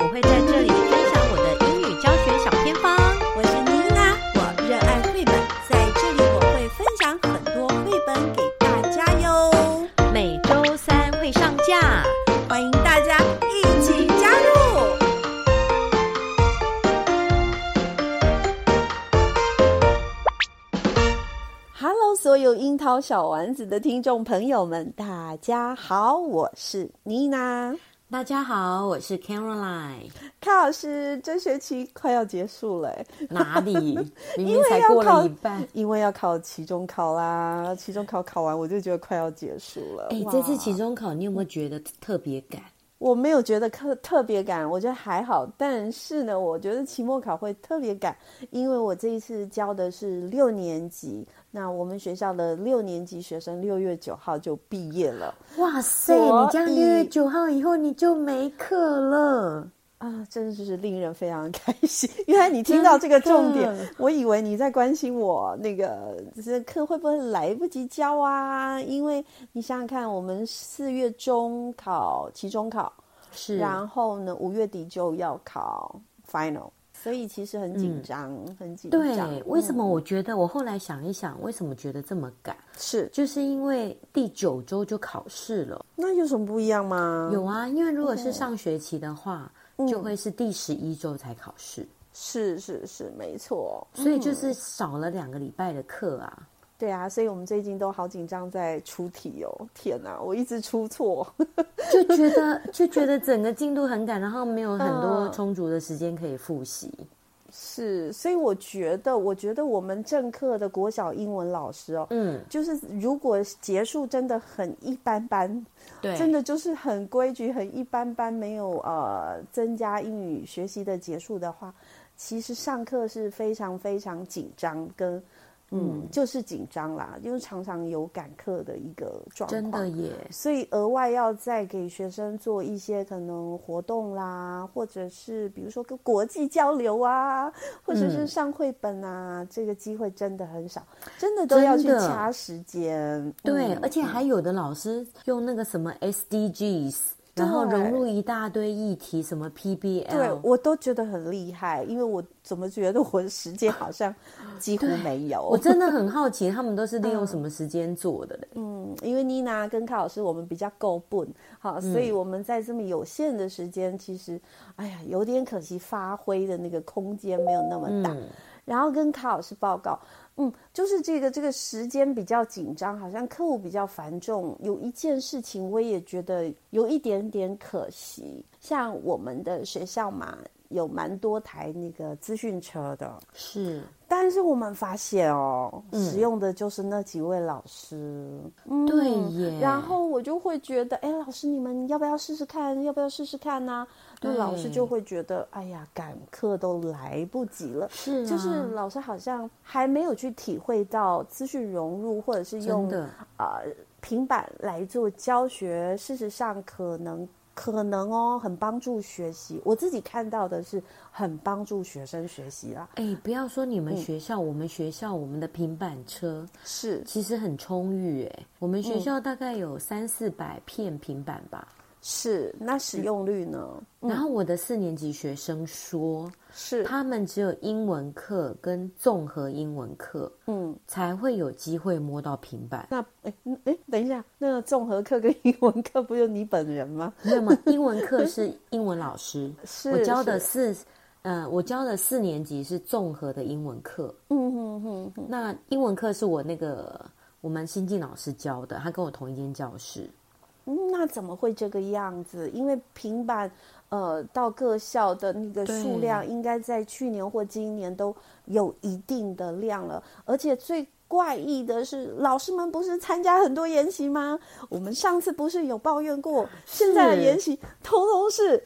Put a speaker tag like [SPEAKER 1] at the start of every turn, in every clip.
[SPEAKER 1] 我会在这里分享我的英语教学小偏方。
[SPEAKER 2] 我是妮娜，我热爱绘本，在这里我会分享很多绘本给大家哟。
[SPEAKER 1] 每周三会上架。
[SPEAKER 2] 欢迎大家一起加入。Hello，所有樱桃小丸子的听众朋友们，大家好，我是妮娜。
[SPEAKER 1] 大家好，我是 Caroline。
[SPEAKER 2] 卡老师，这学期快要结束了欸，
[SPEAKER 1] 哪 里？明
[SPEAKER 2] 因
[SPEAKER 1] 明
[SPEAKER 2] 为
[SPEAKER 1] 才
[SPEAKER 2] 要
[SPEAKER 1] 过
[SPEAKER 2] 考
[SPEAKER 1] 了一 半。
[SPEAKER 2] 因为要考期中考啦，期中考考完我就觉得快要结束了。
[SPEAKER 1] 哎、
[SPEAKER 2] 哇
[SPEAKER 1] 这次期中考你有没有觉得特别感？
[SPEAKER 2] 我没有觉得特特别赶，我觉得还好。但是呢，我觉得期末考会特别赶，因为我这一次教的是六年级，那我们学校的六年级学生六月九号就毕业了
[SPEAKER 1] 哇塞，
[SPEAKER 2] 所
[SPEAKER 1] 你这样
[SPEAKER 2] 以
[SPEAKER 1] 六月九号以后你就没课了。
[SPEAKER 2] 啊，真的是令人非常开心。原来你听到这个重点
[SPEAKER 1] 真的，
[SPEAKER 2] 我以为你在关心我那个这课会不会来不及交啊？因为你想想看，我们四月中考期中考，
[SPEAKER 1] 是，
[SPEAKER 2] 然后呢，五月底就要考 final，所以其实很紧张，很紧
[SPEAKER 1] 嗯对啊
[SPEAKER 2] 张。嗯，
[SPEAKER 1] 为什么我觉得我后来想一想，为什么觉得这么赶？
[SPEAKER 2] 是？
[SPEAKER 1] 就是因为第九周就考试了。
[SPEAKER 2] 那有什么不一样吗？
[SPEAKER 1] 有啊，因为如果是
[SPEAKER 2] 哦
[SPEAKER 1] 上学期的话，
[SPEAKER 2] 嗯
[SPEAKER 1] 就会是第十一周才考试，
[SPEAKER 2] 是是是，没错。
[SPEAKER 1] 所以就是少了两个礼拜的课啊。
[SPEAKER 2] 对啊，所以我们最近都好紧张，在出题哦。天哪，我一直出错。
[SPEAKER 1] 就觉得 就觉得整个进度很赶，然后没有很多
[SPEAKER 2] 嗯
[SPEAKER 1] 充足的时间可以复习。
[SPEAKER 2] 是，所以我觉得，我觉得我们政课的国小英文老师哦，
[SPEAKER 1] 嗯，
[SPEAKER 2] 就是如果结束真的很一般般，
[SPEAKER 1] 对，
[SPEAKER 2] 真的就是很规矩、很一般般，没有呃增加英语学习的结束的话，其实上课是非常非常紧张，跟嗯就是紧张啦，因为常常有赶课的一个状况。
[SPEAKER 1] 真的耶。
[SPEAKER 2] 所以额外要再给学生做一些可能活动啦，或者是比如说跟国际交流啊，或者
[SPEAKER 1] 嗯
[SPEAKER 2] 是上绘本啊，这个机会真的很少，真的都要去
[SPEAKER 1] 真的
[SPEAKER 2] 掐时间。
[SPEAKER 1] 对，
[SPEAKER 2] 嗯
[SPEAKER 1] 而且还有的老师用那个什么 SDGs，然后融入一大堆议题，什么
[SPEAKER 2] 对
[SPEAKER 1] PBL，
[SPEAKER 2] 我都觉得很厉害，因为我怎么觉得我的时间好像几乎没有。
[SPEAKER 1] 我真的很好奇，他们都是利用什么时间做的嘞？
[SPEAKER 2] 嗯，因为妮娜跟卡老师我们比较够笨，好，所以我们在这么有限的时间，其实哎呀有点可惜，发挥的那个空间没有那么大。
[SPEAKER 1] 嗯
[SPEAKER 2] 然后跟卡老师报告，嗯，就是这个这个时间比较紧张，好像课务比较繁重。有一件事情我也觉得有一点点可惜，像我们的学校嘛，有蛮多台那个资讯车的，
[SPEAKER 1] 是。
[SPEAKER 2] 但是我们发现哦，
[SPEAKER 1] 嗯
[SPEAKER 2] 使用的就是那几位老师，嗯
[SPEAKER 1] 对耶
[SPEAKER 2] 然后我就会觉得，哎，老师你们要不要试试看？要不要试试看呢、那
[SPEAKER 1] 对
[SPEAKER 2] 老师就会觉得，哎呀，赶课都来不及了。
[SPEAKER 1] 是啊
[SPEAKER 2] 就是老师好像还没有去体会到资讯融入，或者是用
[SPEAKER 1] 真的
[SPEAKER 2] 呃平板来做教学，事实上可能可能哦，很帮助学习。我自己看到的是很帮助学生学习啦，
[SPEAKER 1] 哎、不要说你
[SPEAKER 2] 嗯
[SPEAKER 1] 们学校，我们学校我们的平板车
[SPEAKER 2] 是
[SPEAKER 1] 其实很充裕哎、我们
[SPEAKER 2] 嗯
[SPEAKER 1] 学校大概有三四百片平板吧。
[SPEAKER 2] 是。那使用率呢？嗯
[SPEAKER 1] 然后我的四年级学生说，
[SPEAKER 2] 是
[SPEAKER 1] 他们只有英文课跟综合英文课
[SPEAKER 2] 嗯，
[SPEAKER 1] 才会有机会摸到平板。
[SPEAKER 2] 那哎哎，等一下，那综合课跟英文课不就你本人吗？
[SPEAKER 1] 没有吗？英文课是英文老师，
[SPEAKER 2] 是
[SPEAKER 1] 我教的
[SPEAKER 2] 是
[SPEAKER 1] 四，呃，我教的四年级是综合的英文课。
[SPEAKER 2] 嗯哼哼哼，
[SPEAKER 1] 那英文课是我那个我们新进老师教的，他跟我同一间教室。
[SPEAKER 2] 嗯那怎么会这个样子？因为平板，呃，到各校的那个数
[SPEAKER 1] 对
[SPEAKER 2] 量，应该在去年或今年都有一定的量了。而且最怪异的是，老师们不是参加很多研习吗？我们上次不是有抱怨过，现在的
[SPEAKER 1] 是
[SPEAKER 2] 研习通通是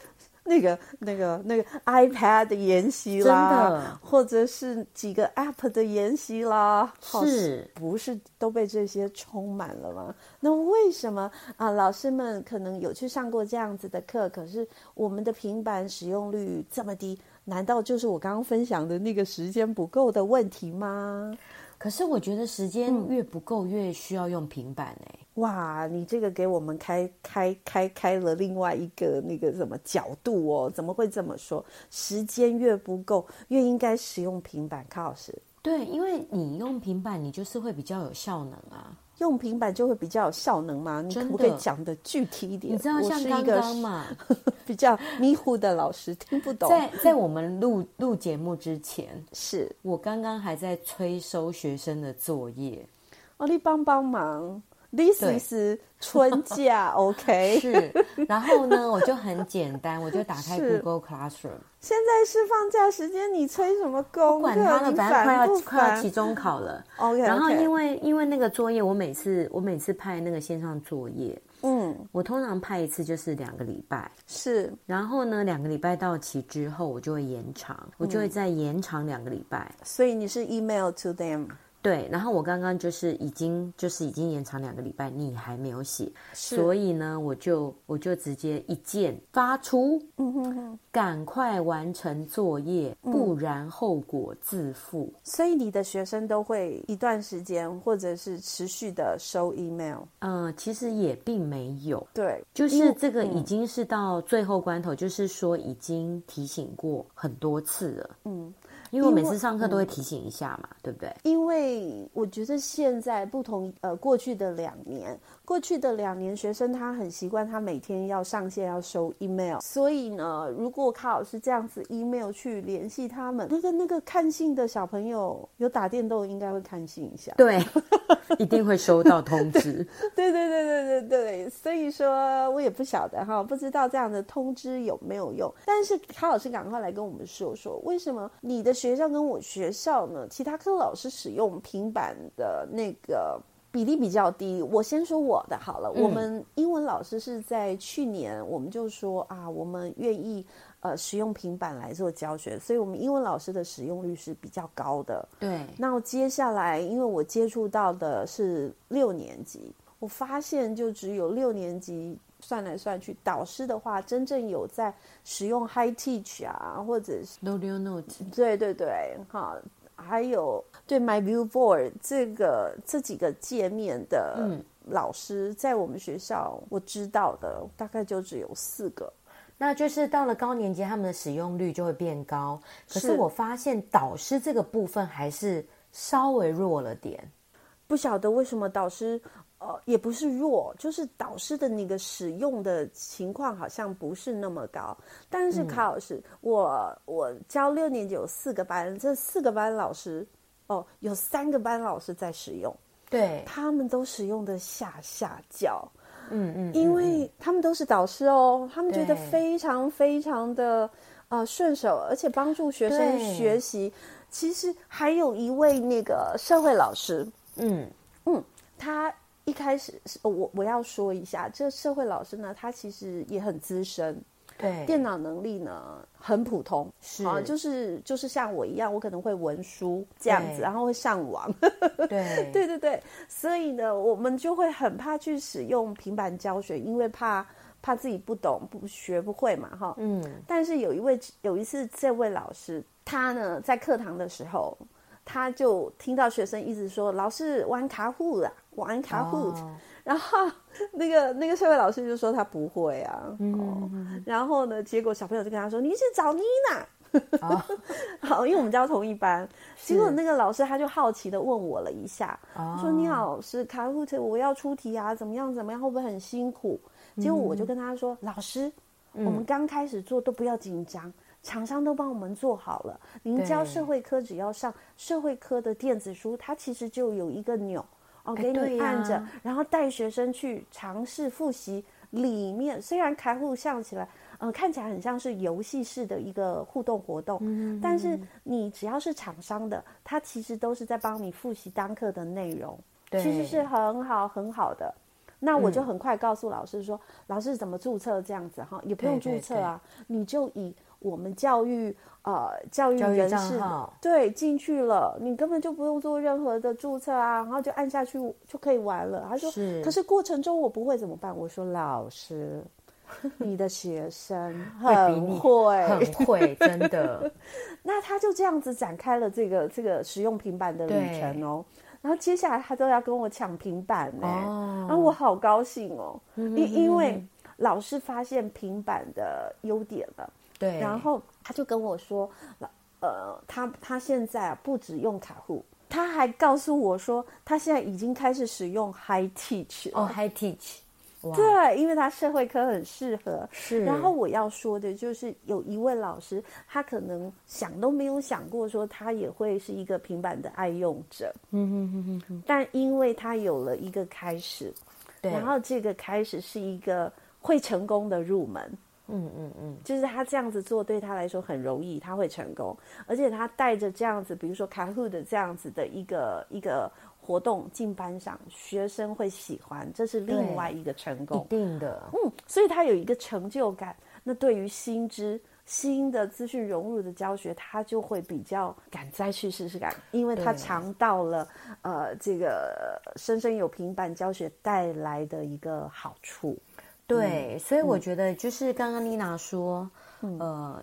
[SPEAKER 2] 那个、那个、那个 iPad 的研习啦，
[SPEAKER 1] 真的
[SPEAKER 2] 或者是几个 App 的研习啦，好
[SPEAKER 1] 是
[SPEAKER 2] 不是都被这些充满了吗？那为什么啊？老师们可能有去上过这样子的课，可是我们的平板使用率这么低，难道就是我刚刚分享的那个时间不够的问题吗？
[SPEAKER 1] 可是我觉得时间越不够，越需要用平板哎、
[SPEAKER 2] 哇，你这个给我们开开开开了另外一个那个什么角度哦？怎么会这么说？时间越不够，越应该使用平板。康老师，
[SPEAKER 1] 对，因为你用平板，你就是会比较有效能啊。
[SPEAKER 2] 用平板就会比较有效能吗？你可
[SPEAKER 1] 真
[SPEAKER 2] 不可以
[SPEAKER 1] 的
[SPEAKER 2] 讲的具体一点？
[SPEAKER 1] 你知道
[SPEAKER 2] 我
[SPEAKER 1] 像
[SPEAKER 2] 是一
[SPEAKER 1] 刚
[SPEAKER 2] 个
[SPEAKER 1] 刚嘛，
[SPEAKER 2] 比较迷糊的老师听不懂，
[SPEAKER 1] 在在我们录录节目之前，
[SPEAKER 2] 是
[SPEAKER 1] 我刚刚还在催收学生的作业，
[SPEAKER 2] 哦，你帮帮忙，This
[SPEAKER 1] 对
[SPEAKER 2] is 春 假，OK。
[SPEAKER 1] 是，然后 呢，我就很简单，我就打开
[SPEAKER 2] 是
[SPEAKER 1] Google Classroom，
[SPEAKER 2] 现在是放假时间，你催什么功课？
[SPEAKER 1] 管他了，
[SPEAKER 2] 你
[SPEAKER 1] 啊反正快
[SPEAKER 2] 烦
[SPEAKER 1] 要
[SPEAKER 2] 不
[SPEAKER 1] 快要
[SPEAKER 2] 烦
[SPEAKER 1] 期中考了。
[SPEAKER 2] ？OK，
[SPEAKER 1] 然后因为因为那个作业，我每次我每次派那个线上作业，
[SPEAKER 2] 嗯
[SPEAKER 1] 我通常派一次就是两个礼拜，
[SPEAKER 2] 是
[SPEAKER 1] 然后呢，两个礼拜到期之后，我就会延长，我
[SPEAKER 2] 嗯
[SPEAKER 1] 就会再延长两个礼拜。
[SPEAKER 2] 所以你是 email to them，
[SPEAKER 1] 对，然后我刚刚就是已经就是已经延长两个礼拜，你还没有写，
[SPEAKER 2] 是
[SPEAKER 1] 所以呢，我就我就直接一键发出，
[SPEAKER 2] 嗯哼哼
[SPEAKER 1] 赶快完成作业，不然后果自负。
[SPEAKER 2] 所以你的学生都会一段时间，或者是持续的收 email。
[SPEAKER 1] 嗯、其实也并没有，
[SPEAKER 2] 对，嗯
[SPEAKER 1] 就是这个已经是到最后关头，就是说已经提醒过很多次了。
[SPEAKER 2] 嗯，
[SPEAKER 1] 因为我每
[SPEAKER 2] 因
[SPEAKER 1] 次
[SPEAKER 2] 为嗯
[SPEAKER 1] 上课都会提醒一下嘛，对不对？
[SPEAKER 2] 因为我觉得现在不同呃，过去的两年，过去的两年，学生他很习惯，他每天要上线要收 email，所以呢，如果卡老师这样子 email 去联系他们，那个那个看信的小朋友有打电动，应该会看信一下。
[SPEAKER 1] 对，一定会收到通知。
[SPEAKER 2] 对 对对对对对，所以说我也不晓得哈，不知道这样的通知有没有用。但是卡老师赶快来跟我们说说，为什么你的学校跟我学校呢，其他科老师使用平板的那个。比例比较低，我先说我的好了。我们英文老师是在去年，我们就说啊，我们愿意呃使用平板来做教学，所以我们英文老师的使用率是比较高的。
[SPEAKER 1] 对，
[SPEAKER 2] 那接下来，因为我接触到的是六年级，我发现就只有六年级。算来算去，导师的话，真正有在使用 High Teach 啊，或者是
[SPEAKER 1] no real note。
[SPEAKER 2] 对对对，哈，还有对 My Viewboard 这个这几个界面的
[SPEAKER 1] 嗯
[SPEAKER 2] 老师，在我们学校我知道的大概就只有四个。
[SPEAKER 1] 那就是到了高年级，他们的使用率就会变高。可是
[SPEAKER 2] 是
[SPEAKER 1] 我发现导师这个部分还是稍微弱了点。
[SPEAKER 2] 不晓得为什么导师，呃，也不是弱，就是导师的那个使用的情况好像不是那么高。但
[SPEAKER 1] 嗯
[SPEAKER 2] 是卡老师，我我教六年级有四个班，这四个班老师，哦，有三个班老师在使用，
[SPEAKER 1] 对，
[SPEAKER 2] 他们都使用的下下教。
[SPEAKER 1] 嗯嗯，
[SPEAKER 2] 因为他们都是导师哦，他们觉得
[SPEAKER 1] 对
[SPEAKER 2] 非常非常的呃顺手，而且帮助学生
[SPEAKER 1] 对
[SPEAKER 2] 学习。其实还有一位那个社会老师，
[SPEAKER 1] 嗯，
[SPEAKER 2] 他一开始是呃我我要说一下，这社会老师呢，他其实也很资深，
[SPEAKER 1] 对，
[SPEAKER 2] 电脑能力呢很普通，
[SPEAKER 1] 是
[SPEAKER 2] 啊，就是就是像我一样，我可能会文书这样子，
[SPEAKER 1] 对
[SPEAKER 2] 然后会上网，
[SPEAKER 1] 对
[SPEAKER 2] 对对对，所以呢，我们就会很怕去使用平板教学，因为怕怕自己不懂、不学不会嘛，哈。
[SPEAKER 1] 嗯，
[SPEAKER 2] 但是有一位有一次，这位老师他呢在课堂的时候，他就听到学生一直说：“老师玩卡户啦，玩卡户。
[SPEAKER 1] 哦
[SPEAKER 2] 然后那个那个社会老师就说他不会啊，
[SPEAKER 1] 嗯
[SPEAKER 2] 哦，然后呢，结果小朋友就跟他说：“你去找妮娜。”
[SPEAKER 1] 哦
[SPEAKER 2] 好，因为我们教同一班，结果那个老师他就好奇的问我了一下，他说：“你好，是卡户特，我要出题啊，怎么样怎么样，会不会很辛苦？”结果我就跟他说：“老师，我们刚开始做都不要紧张，厂商都帮我们做好了。您教
[SPEAKER 1] 对
[SPEAKER 2] 社会科只要上社会科的电子书，它其实就有一个钮，哦，给
[SPEAKER 1] 哎对
[SPEAKER 2] 你
[SPEAKER 1] 呀
[SPEAKER 2] 按着，然后带学生去尝试复习。里面虽然开户像起来，呃，看起来很像是游戏式的一个互动活动，
[SPEAKER 1] 嗯
[SPEAKER 2] 但是你只要是厂商的，它其实都是在帮你复习单课的内容，
[SPEAKER 1] 对嗯
[SPEAKER 2] 其实是很好很好的。那我就很快告诉老师说，老师怎么注册这样子哈，也不用
[SPEAKER 1] 对对
[SPEAKER 2] 注册啊，你就以我们教育呃教育
[SPEAKER 1] 教育
[SPEAKER 2] 人
[SPEAKER 1] 账
[SPEAKER 2] 士
[SPEAKER 1] 号
[SPEAKER 2] 对进去了，你根本就不用做任何的注册啊，然后就按下去就可以玩了。他说，
[SPEAKER 1] 是
[SPEAKER 2] 可是过程中我不会怎么办？我说老师。你的学 生很
[SPEAKER 1] 你
[SPEAKER 2] 会，
[SPEAKER 1] 很会，真的，
[SPEAKER 2] 那他就这样子展开了这个这个使用平板的旅
[SPEAKER 1] 对
[SPEAKER 2] 程哦。然后接下来他都要跟我抢平板呢、
[SPEAKER 1] 哦嗯
[SPEAKER 2] 然后我好高兴哦，因因为老师发现平板的优点了，
[SPEAKER 1] 对，
[SPEAKER 2] 然后他就跟我说，呃，他他现在啊不只用卡户，他还告诉我说，他现在已经开始使用 Hi Teach 了
[SPEAKER 1] 哦，Hi Teach，哇，
[SPEAKER 2] 对，因为他社会科很适合，
[SPEAKER 1] 是
[SPEAKER 2] 然后我要说的就是，有一位老师，他可能想都没有想过说他也会是一个平板的爱用者，
[SPEAKER 1] 嗯嗯嗯嗯，
[SPEAKER 2] 但因为他有了一个开始，
[SPEAKER 1] 对，
[SPEAKER 2] 然后这个开始是一个会成功的入门，
[SPEAKER 1] 嗯嗯嗯，
[SPEAKER 2] 就是他这样子做对他来说很容易，他会成功，而且他带着这样子，比如说 Kahoot 的这样子的一个一个活动进班上，学生会喜欢，这是
[SPEAKER 1] 对
[SPEAKER 2] 另外一个成功
[SPEAKER 1] 一。定的，
[SPEAKER 2] 嗯，所以他有一个成就感。那对于新知、新的资讯融入的教学，他就会比较敢再去试试看，因为他
[SPEAKER 1] 对
[SPEAKER 2] 尝到了呃这个生生有平板教学带来的一个好处。
[SPEAKER 1] 对，所以
[SPEAKER 2] 嗯
[SPEAKER 1] 我觉得就是刚刚妮娜说，呃，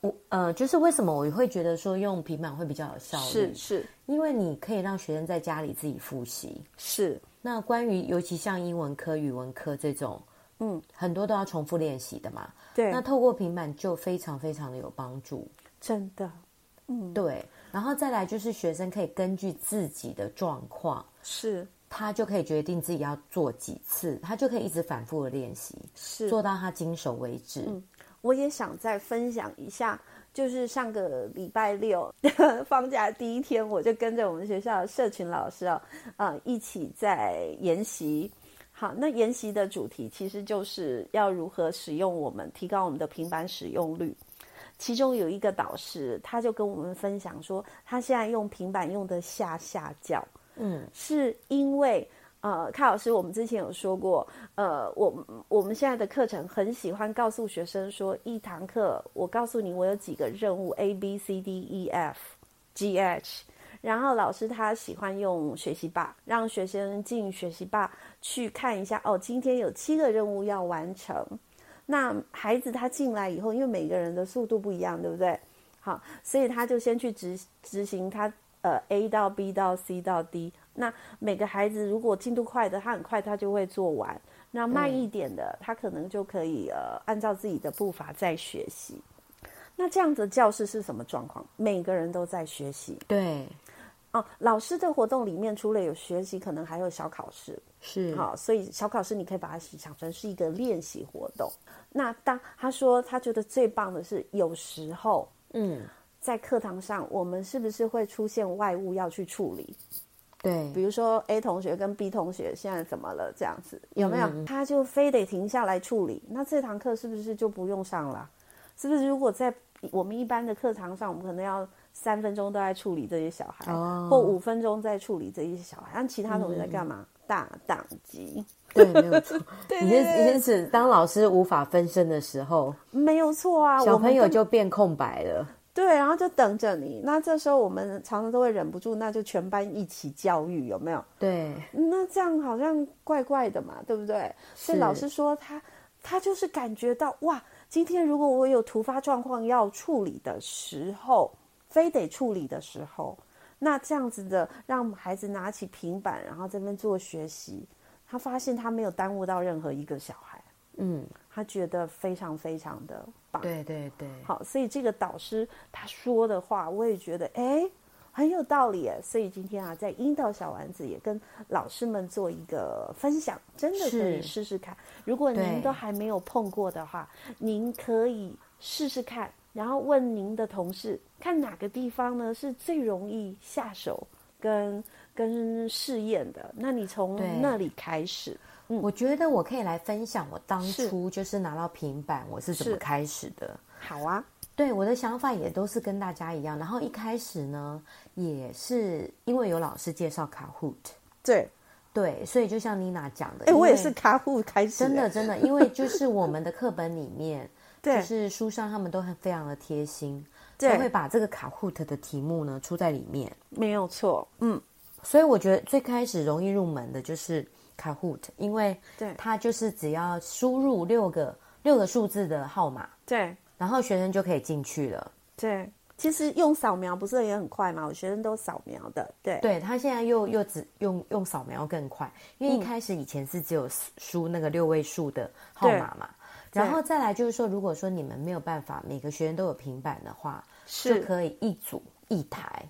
[SPEAKER 1] 我呃，就是为什么我会觉得说用平板会比较有效率，
[SPEAKER 2] 是
[SPEAKER 1] 因为你可以让学生在家里自己复习。
[SPEAKER 2] 是，
[SPEAKER 1] 那关于尤其像英文科、语文科这种，
[SPEAKER 2] 嗯，
[SPEAKER 1] 很多都要重复练习的嘛。
[SPEAKER 2] 对，
[SPEAKER 1] 那透过平板就非常非常的有帮助。
[SPEAKER 2] 真的嗯
[SPEAKER 1] 对，然后再来就是学生可以根据自己的状况，
[SPEAKER 2] 是
[SPEAKER 1] 他就可以决定自己要做几次，他就可以一直反复的练习，
[SPEAKER 2] 是嗯
[SPEAKER 1] 做到他经手为止。
[SPEAKER 2] 我也想再分享一下，就是上个礼拜六 放假第一天，我就跟着我们学校的社群老师哦，呃，一起在研习。好，那研习的主题其实就是要如何使用我们，提高我们的平板使用率。其中有一个导师，他就跟我们分享说，他现在用平板用的下下叫，
[SPEAKER 1] 嗯，
[SPEAKER 2] 是因为呃，卡老师，我们之前有说过，呃，我们我们现在的课程很喜欢告诉学生说，一堂课我告诉你我有几个任务 A B C D E F G H，然后老师他喜欢用学习霸，让学生进学习霸去看一下，哦，今天有七个任务要完成。那孩子他进来以后，因为每个人的速度不一样，对不对？好，所以他就先去执执行他呃 A 到 B 到 C 到 D。那每个孩子如果进度快的，他很快他就会做完；那慢一点的，他可能就可以呃按照自己的步伐在学习。那这样子教室是什么状况？每个人都在学习
[SPEAKER 1] 对，
[SPEAKER 2] 哦。老师的活动里面除了有学习，可能还有小考试。
[SPEAKER 1] 是，
[SPEAKER 2] 好，所以小考试你可以把它想成是一个练习活动。那当他说他觉得最棒的是，有时候
[SPEAKER 1] 嗯，
[SPEAKER 2] 在课堂上，我们是不是会出现外物要去处理？
[SPEAKER 1] 对，
[SPEAKER 2] 比如说 A 同学跟 B 同学现在怎么了？这样子有没有？
[SPEAKER 1] 嗯
[SPEAKER 2] 他就非得停下来处理，那这堂课是不是就不用上了？是不是如果在我们一般的课堂上，我们可能要三分钟都在处理这些小孩，
[SPEAKER 1] 哦
[SPEAKER 2] 或五分钟在处理这些小孩，那其他同学在干嘛？大宕机。
[SPEAKER 1] 对，没有错。
[SPEAKER 2] 对
[SPEAKER 1] 你
[SPEAKER 2] 对
[SPEAKER 1] 是
[SPEAKER 2] 对
[SPEAKER 1] 你是指当老师无法分身的时候，
[SPEAKER 2] 没有错啊，
[SPEAKER 1] 小
[SPEAKER 2] 我们
[SPEAKER 1] 朋友
[SPEAKER 2] 根
[SPEAKER 1] 就变空白了。
[SPEAKER 2] 对，然后就等着你。那这时候我们常常都会忍不住，那就全班一起教育，有没有？
[SPEAKER 1] 对，
[SPEAKER 2] 那这样好像怪怪的嘛，对不对？所以
[SPEAKER 1] 是
[SPEAKER 2] 老师说他他就是感觉到哇，今天如果我有突发状况要处理的时候，非得处理的时候，那这样子的让孩子拿起平板，然后这边做学习，他发现他没有耽误到任何一个小孩，
[SPEAKER 1] 嗯，
[SPEAKER 2] 他觉得非常非常的棒。
[SPEAKER 1] 对对对，
[SPEAKER 2] 好，所以这个导师他说的话，我也觉得哎很有道理耶。所以今天啊，在樱桃小丸子也跟老师们做一个分享，真的可以
[SPEAKER 1] 是
[SPEAKER 2] 试试看。如果
[SPEAKER 1] 对
[SPEAKER 2] 您都还没有碰过的话，您可以试试看，然后问您的同事，看哪个地方呢是最容易下手跟跟试验的。那你
[SPEAKER 1] 对
[SPEAKER 2] 从那里开始。
[SPEAKER 1] 我觉得我可以来分享我当
[SPEAKER 2] 是
[SPEAKER 1] 初嗯就是拿到平板我是怎么
[SPEAKER 2] 是
[SPEAKER 1] 开始的。
[SPEAKER 2] 好啊，
[SPEAKER 1] 对，我的想法也都是跟大家一样。然后一开始呢，也是因为有老师介绍 Kahoot，
[SPEAKER 2] 对，
[SPEAKER 1] 对，所以就像妮娜讲的，
[SPEAKER 2] 哎、我也
[SPEAKER 1] 因为
[SPEAKER 2] 是卡户开始、
[SPEAKER 1] 真的
[SPEAKER 2] 哎，
[SPEAKER 1] 真的，因为就是我们的课本里面，
[SPEAKER 2] 对
[SPEAKER 1] 就是书上他们都很非常的贴心，都
[SPEAKER 2] 对
[SPEAKER 1] 会把这个卡 hoot 的题目呢出在里面。
[SPEAKER 2] 没有错，嗯，
[SPEAKER 1] 所以我觉得最开始容易入门的就是卡 hoot，因为
[SPEAKER 2] 对
[SPEAKER 1] 它就是只要输入六个六个数字的号码，
[SPEAKER 2] 对
[SPEAKER 1] 然后学生就可以进去了。
[SPEAKER 2] 对。其实用扫描不是也很快吗？我学生都扫描的，对
[SPEAKER 1] 对他现在
[SPEAKER 2] 嗯
[SPEAKER 1] 又又只用用扫描更快，因为一开始以前是只有输那个六位数的号码嘛，
[SPEAKER 2] 对，
[SPEAKER 1] 然后再来就是说，如果说你们没有办法每个学员都有平板的话，就是可以一组一台，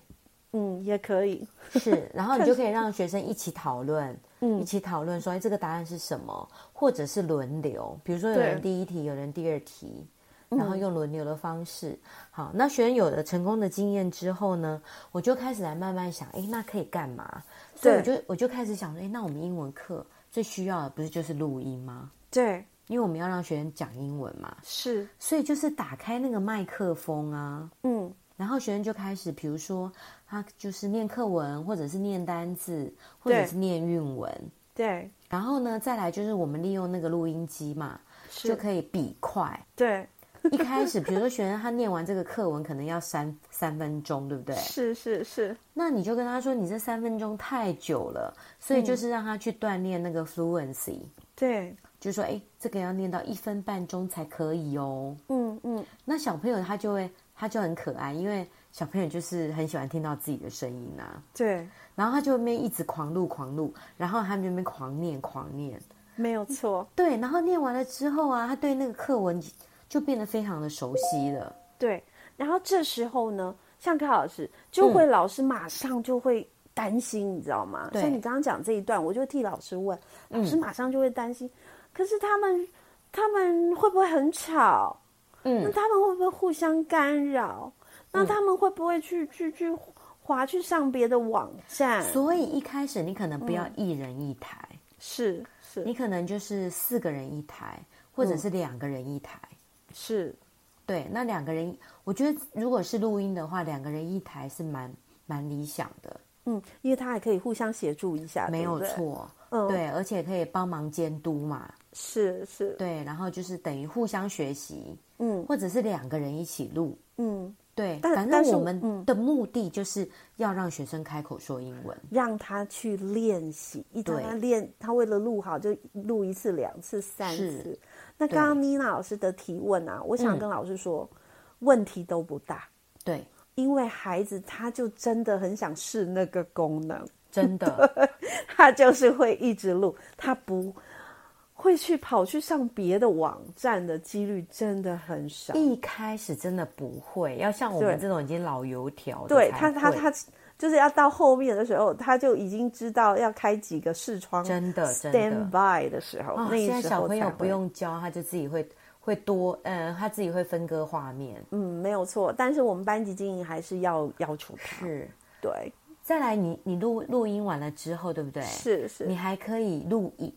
[SPEAKER 2] 嗯，也可以，
[SPEAKER 1] 是，然后你就可以让学生一起讨论，一起讨论说哎这个答案是什么，或者是轮流，比如说有
[SPEAKER 2] 对
[SPEAKER 1] 人第一题，有人第二题，然后用轮流的方式。好，那学生有了成功的经验之后呢，我就开始来慢慢想，哎，那可以干嘛？所以我就我就开始想说，哎，那我们英文课最需要的不是就是录音吗？
[SPEAKER 2] 对，
[SPEAKER 1] 因为我们要让学生讲英文嘛，
[SPEAKER 2] 是，
[SPEAKER 1] 所以就是打开那个麦克风啊，
[SPEAKER 2] 嗯，
[SPEAKER 1] 然后学生就开始，比如说他就是念课文，或者是念单字，或者
[SPEAKER 2] 对
[SPEAKER 1] 是念韵文。
[SPEAKER 2] 对，
[SPEAKER 1] 然后呢，再来就是我们利用那个录音机嘛，
[SPEAKER 2] 是
[SPEAKER 1] 就可以比快。
[SPEAKER 2] 对，
[SPEAKER 1] 一开始，比如说学生他念完这个课文，可能要三三分钟，对不对？
[SPEAKER 2] 是是是，
[SPEAKER 1] 那你就跟他说，你这三分钟太久了，所
[SPEAKER 2] 嗯
[SPEAKER 1] 以就是让他去锻炼那个 fluency，、
[SPEAKER 2] 对，
[SPEAKER 1] 就说，哎，这个要念到一分半钟才可以哦。
[SPEAKER 2] 嗯嗯，
[SPEAKER 1] 那小朋友他就会，他就很可爱，因为小朋友就是很喜欢听到自己的声音啊。
[SPEAKER 2] 对，
[SPEAKER 1] 然后他就在那边一直狂录狂录，然后他们就在那边狂念狂念，
[SPEAKER 2] 没有错，
[SPEAKER 1] 对，然后念完了之后啊，他对那个课文就变得非常的熟悉了，
[SPEAKER 2] 对。然后这时候呢，像柯老师就会，老师马上就会担心，你知道吗？
[SPEAKER 1] 嗯对嗯
[SPEAKER 2] 像你刚刚讲这一段，我就替老师问，老师马上就会担心。可是他们，他们会不会很吵？那
[SPEAKER 1] 嗯，
[SPEAKER 2] 他们会不会互相干扰？那他们会不会去去去划去上别的网站？
[SPEAKER 1] 所以一开始你可能不要一人一台，
[SPEAKER 2] 是
[SPEAKER 1] 你
[SPEAKER 2] 是
[SPEAKER 1] 可能就是四个人一台，或者是两个人一台，
[SPEAKER 2] 是，
[SPEAKER 1] 对，那两个人，我觉得如果是录音的话，两个人一台是蛮蛮理想的，
[SPEAKER 2] 嗯，因为他还可以互相协助一下，
[SPEAKER 1] 没有
[SPEAKER 2] 对不对，
[SPEAKER 1] 错，
[SPEAKER 2] 嗯，
[SPEAKER 1] 啊对，而且可以帮忙监督嘛，
[SPEAKER 2] 是是，
[SPEAKER 1] 对，然后就是等于互相学习，
[SPEAKER 2] 嗯
[SPEAKER 1] 或者是两个人一起录。
[SPEAKER 2] 嗯，
[SPEAKER 1] 对，
[SPEAKER 2] 但
[SPEAKER 1] 反
[SPEAKER 2] 但
[SPEAKER 1] 正
[SPEAKER 2] 是
[SPEAKER 1] 我
[SPEAKER 2] 我
[SPEAKER 1] 们
[SPEAKER 2] 嗯
[SPEAKER 1] 的目的就是要让学生开口说英文。
[SPEAKER 2] 让他去练习，一
[SPEAKER 1] 对
[SPEAKER 2] 他练，他为了录好就录一次、两次、三
[SPEAKER 1] 是
[SPEAKER 2] 次。那刚刚妮娜老师的提问啊，我想
[SPEAKER 1] 嗯
[SPEAKER 2] 跟老师说，问题都不大，
[SPEAKER 1] 对，
[SPEAKER 2] 因为孩子他就真的很想试那个功能，
[SPEAKER 1] 真 的，
[SPEAKER 2] 他就是会一直录，他不会去跑去上别的网站的几率真的很少。
[SPEAKER 1] 一开始真的不会，要像我们
[SPEAKER 2] 对
[SPEAKER 1] 这种已经老油条的
[SPEAKER 2] 对
[SPEAKER 1] 才
[SPEAKER 2] 他，他
[SPEAKER 1] 会
[SPEAKER 2] 他就是要到后面的时候，他就已经知道要开几个视窗，
[SPEAKER 1] 真的真的
[SPEAKER 2] stand by 的时候，
[SPEAKER 1] 啊，
[SPEAKER 2] 那
[SPEAKER 1] 现在
[SPEAKER 2] 时候
[SPEAKER 1] 小朋友
[SPEAKER 2] 才会
[SPEAKER 1] 不，用教，他就自己会会多，嗯，他自己会分割画面。
[SPEAKER 2] 嗯，没有错。但是我们班级经营还是要要求他，
[SPEAKER 1] 是，
[SPEAKER 2] 对，
[SPEAKER 1] 再来你你录录音完了之后，对不对？，
[SPEAKER 2] 是
[SPEAKER 1] 你
[SPEAKER 2] 是，
[SPEAKER 1] 还可以录影。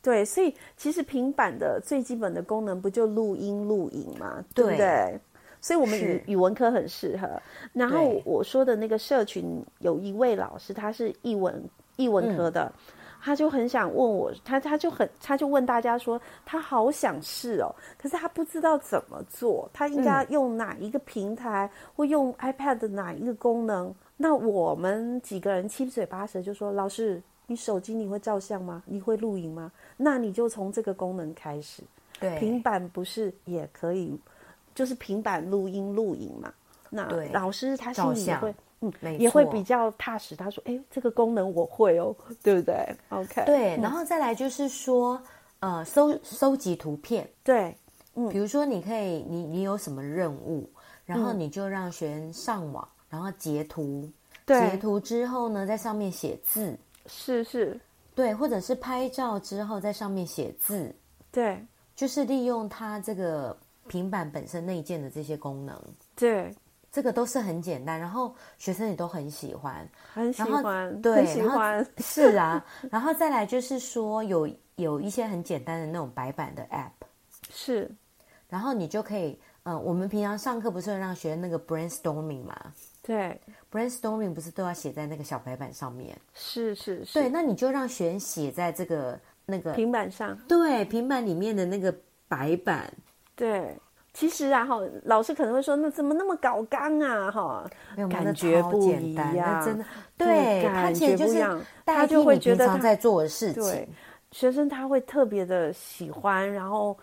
[SPEAKER 2] 对。所以其实平板的最基本的功能不就录音录影吗？对
[SPEAKER 1] 对
[SPEAKER 2] 不对？所以我们
[SPEAKER 1] 是
[SPEAKER 2] 语语文科很适合。然后
[SPEAKER 1] 对
[SPEAKER 2] 我说的那个社群有一位老师，他是译文译文科的，他就很想问我，他他就很他就问大家说，他好想试哦，可是他不知道怎么做，他应该用哪一个平台，或用 iPad 的哪一个功能？那我们几个人七嘴八舌就说，老师，你手机你会照相吗？你会录影吗？那你就从这个功能开始。平
[SPEAKER 1] 对，
[SPEAKER 2] 板不是也可以，就是平板录音录影嘛。那
[SPEAKER 1] 对
[SPEAKER 2] 老师他心
[SPEAKER 1] 照
[SPEAKER 2] 里也
[SPEAKER 1] 相
[SPEAKER 2] 会，嗯，
[SPEAKER 1] 没
[SPEAKER 2] 也会
[SPEAKER 1] 错
[SPEAKER 2] 比较踏实。他说：“哎，这个功能我会哦， 对不对？”OK，嗯
[SPEAKER 1] 对，然后再来就是说，呃，收收集图片。
[SPEAKER 2] 对
[SPEAKER 1] 比如说，你可以，你你有什么任务，然后你就让学员上网，然后截图，截
[SPEAKER 2] 对，
[SPEAKER 1] 图之后呢，在上面写字，
[SPEAKER 2] 是是，
[SPEAKER 1] 对，或者是拍照之后在上面写字，
[SPEAKER 2] 对
[SPEAKER 1] 就是利用它这个平板本身内建的这些功能，
[SPEAKER 2] 对，
[SPEAKER 1] 这个都是很简单，然后学生也都很喜欢，
[SPEAKER 2] 很喜
[SPEAKER 1] 然后
[SPEAKER 2] 欢，
[SPEAKER 1] 对
[SPEAKER 2] 很，喜
[SPEAKER 1] 然后
[SPEAKER 2] 欢，
[SPEAKER 1] 是啊，然后再来就是说有有一些很简单的那种白板的 app，
[SPEAKER 2] 是
[SPEAKER 1] 呃然后你就可以，嗯、我们平常上课不是会让学生那个 brainstorming 嘛，
[SPEAKER 2] 对，
[SPEAKER 1] brainstorming 不是都要写在那个小白板上面？
[SPEAKER 2] 是是是，
[SPEAKER 1] 对，那你就让学员写在这个那个
[SPEAKER 2] 平板上，
[SPEAKER 1] 对平板里面的那个白板，
[SPEAKER 2] 对。其实啊，哈，老师可能会说，那怎么那么搞刚啊，哈，
[SPEAKER 1] 没有
[SPEAKER 2] 感
[SPEAKER 1] 哎那
[SPEAKER 2] 觉
[SPEAKER 1] 超
[SPEAKER 2] 不一
[SPEAKER 1] 简单，那
[SPEAKER 2] 样
[SPEAKER 1] 真的，对他
[SPEAKER 2] 感
[SPEAKER 1] 其实
[SPEAKER 2] 觉
[SPEAKER 1] 就
[SPEAKER 2] 不一
[SPEAKER 1] 是
[SPEAKER 2] 样，
[SPEAKER 1] 代
[SPEAKER 2] 他
[SPEAKER 1] 替
[SPEAKER 2] 就会
[SPEAKER 1] 你
[SPEAKER 2] 觉
[SPEAKER 1] 平
[SPEAKER 2] 得
[SPEAKER 1] 常
[SPEAKER 2] 他
[SPEAKER 1] 在做的事
[SPEAKER 2] 对
[SPEAKER 1] 情，
[SPEAKER 2] 学生他会特别的喜欢，然后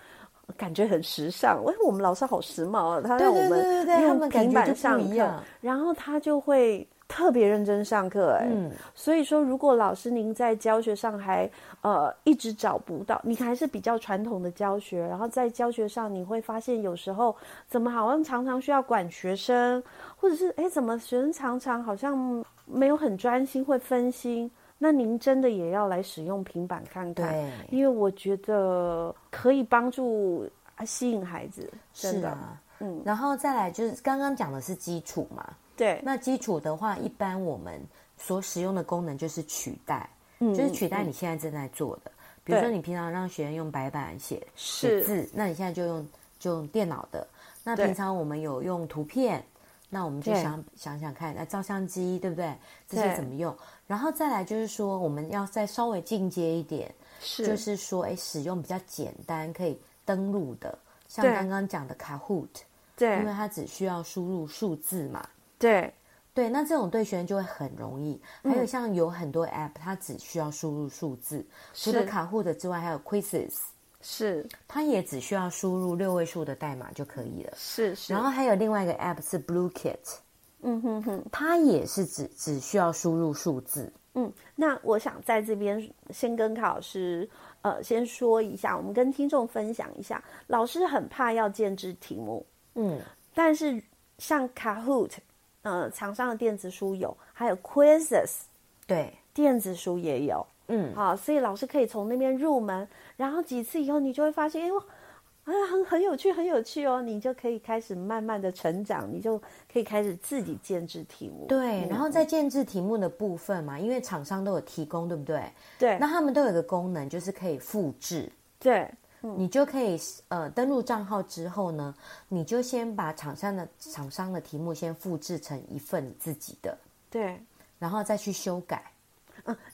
[SPEAKER 2] 感觉很时尚。哎，我们老师好时髦啊，他让我
[SPEAKER 1] 对对对
[SPEAKER 2] 们
[SPEAKER 1] 对他
[SPEAKER 2] 用
[SPEAKER 1] 们感
[SPEAKER 2] 平
[SPEAKER 1] 觉就
[SPEAKER 2] 板
[SPEAKER 1] 不
[SPEAKER 2] 上
[SPEAKER 1] 一
[SPEAKER 2] 课
[SPEAKER 1] 样，
[SPEAKER 2] 然后他就会特别认真上课。哎，
[SPEAKER 1] 嗯，
[SPEAKER 2] 所以说，如果老师您在教学上还呃一直找不到，你还是比较传统的教学，然后在教学上你会发现有时候怎么好像常常需要管学生，或者是哎怎么学生常常好像没有很专心，会分心。那您真的也要来使用平板看看，
[SPEAKER 1] 对，
[SPEAKER 2] 因为我觉得可以帮助啊吸引孩子，真
[SPEAKER 1] 是
[SPEAKER 2] 的，
[SPEAKER 1] 啊，
[SPEAKER 2] 嗯，
[SPEAKER 1] 然后再来就是刚刚讲的是基础嘛，
[SPEAKER 2] 对，
[SPEAKER 1] 那基础的话，一般我们所使用的功能就是取代，
[SPEAKER 2] 嗯
[SPEAKER 1] 就是取代你现在正在做的。比如说，
[SPEAKER 2] 对
[SPEAKER 1] 你平常让学员用白板写写
[SPEAKER 2] 是
[SPEAKER 1] 字，那你现在就用就用电脑的。那
[SPEAKER 2] 对
[SPEAKER 1] 平常我们有用图片，那我们就
[SPEAKER 2] 对
[SPEAKER 1] 想想想看，那照相机对不对？这些
[SPEAKER 2] 对
[SPEAKER 1] 怎么用？然后再来就是说，我们要再稍微进阶一点，
[SPEAKER 2] 是
[SPEAKER 1] 就是说，哎，使用比较简单可以登录的，像
[SPEAKER 2] 对
[SPEAKER 1] 刚刚讲的 Kahoot，因
[SPEAKER 2] 对
[SPEAKER 1] 为它只需要输入数字嘛。
[SPEAKER 2] 对
[SPEAKER 1] 对，那这种对学生就会很容易。还
[SPEAKER 2] 嗯
[SPEAKER 1] 有像有很多 app，它只需要输入数字，除了
[SPEAKER 2] 是
[SPEAKER 1] 卡户的之外，还有 Quizzes，
[SPEAKER 2] 是
[SPEAKER 1] 它也只需要输入六位数的代码就可以了。
[SPEAKER 2] 是是，
[SPEAKER 1] 然后还有另外一个 app 是 Blue Kit，
[SPEAKER 2] 嗯哼哼。
[SPEAKER 1] 它也是只只需要输入数字。
[SPEAKER 2] 嗯，那我想在这边先跟卡老师，呃，先说一下，我们跟听众分享一下，老师很怕要建制题目，
[SPEAKER 1] 嗯，
[SPEAKER 2] 但是像 Kahoot，呃，厂商的电子书有，还有 Quizzes
[SPEAKER 1] 对，
[SPEAKER 2] 电子书也有，
[SPEAKER 1] 嗯，
[SPEAKER 2] 好，所以老师可以从那边入门，然后几次以后，你就会发现，哎呦，啊，很很有趣，很有趣哦，你就可以开始慢慢的成长，你就可以开始自己建制题目，
[SPEAKER 1] 对。
[SPEAKER 2] 嗯
[SPEAKER 1] 然后在建制题目的部分嘛，因为厂商都有提供，对不对？
[SPEAKER 2] 对
[SPEAKER 1] 那他们都有一个功能，就是可以复制。
[SPEAKER 2] 对
[SPEAKER 1] 你就可以呃登录账号之后呢，你就先把厂商的厂商的题目先复制成一份你自己的，
[SPEAKER 2] 对。
[SPEAKER 1] 然后再去修改。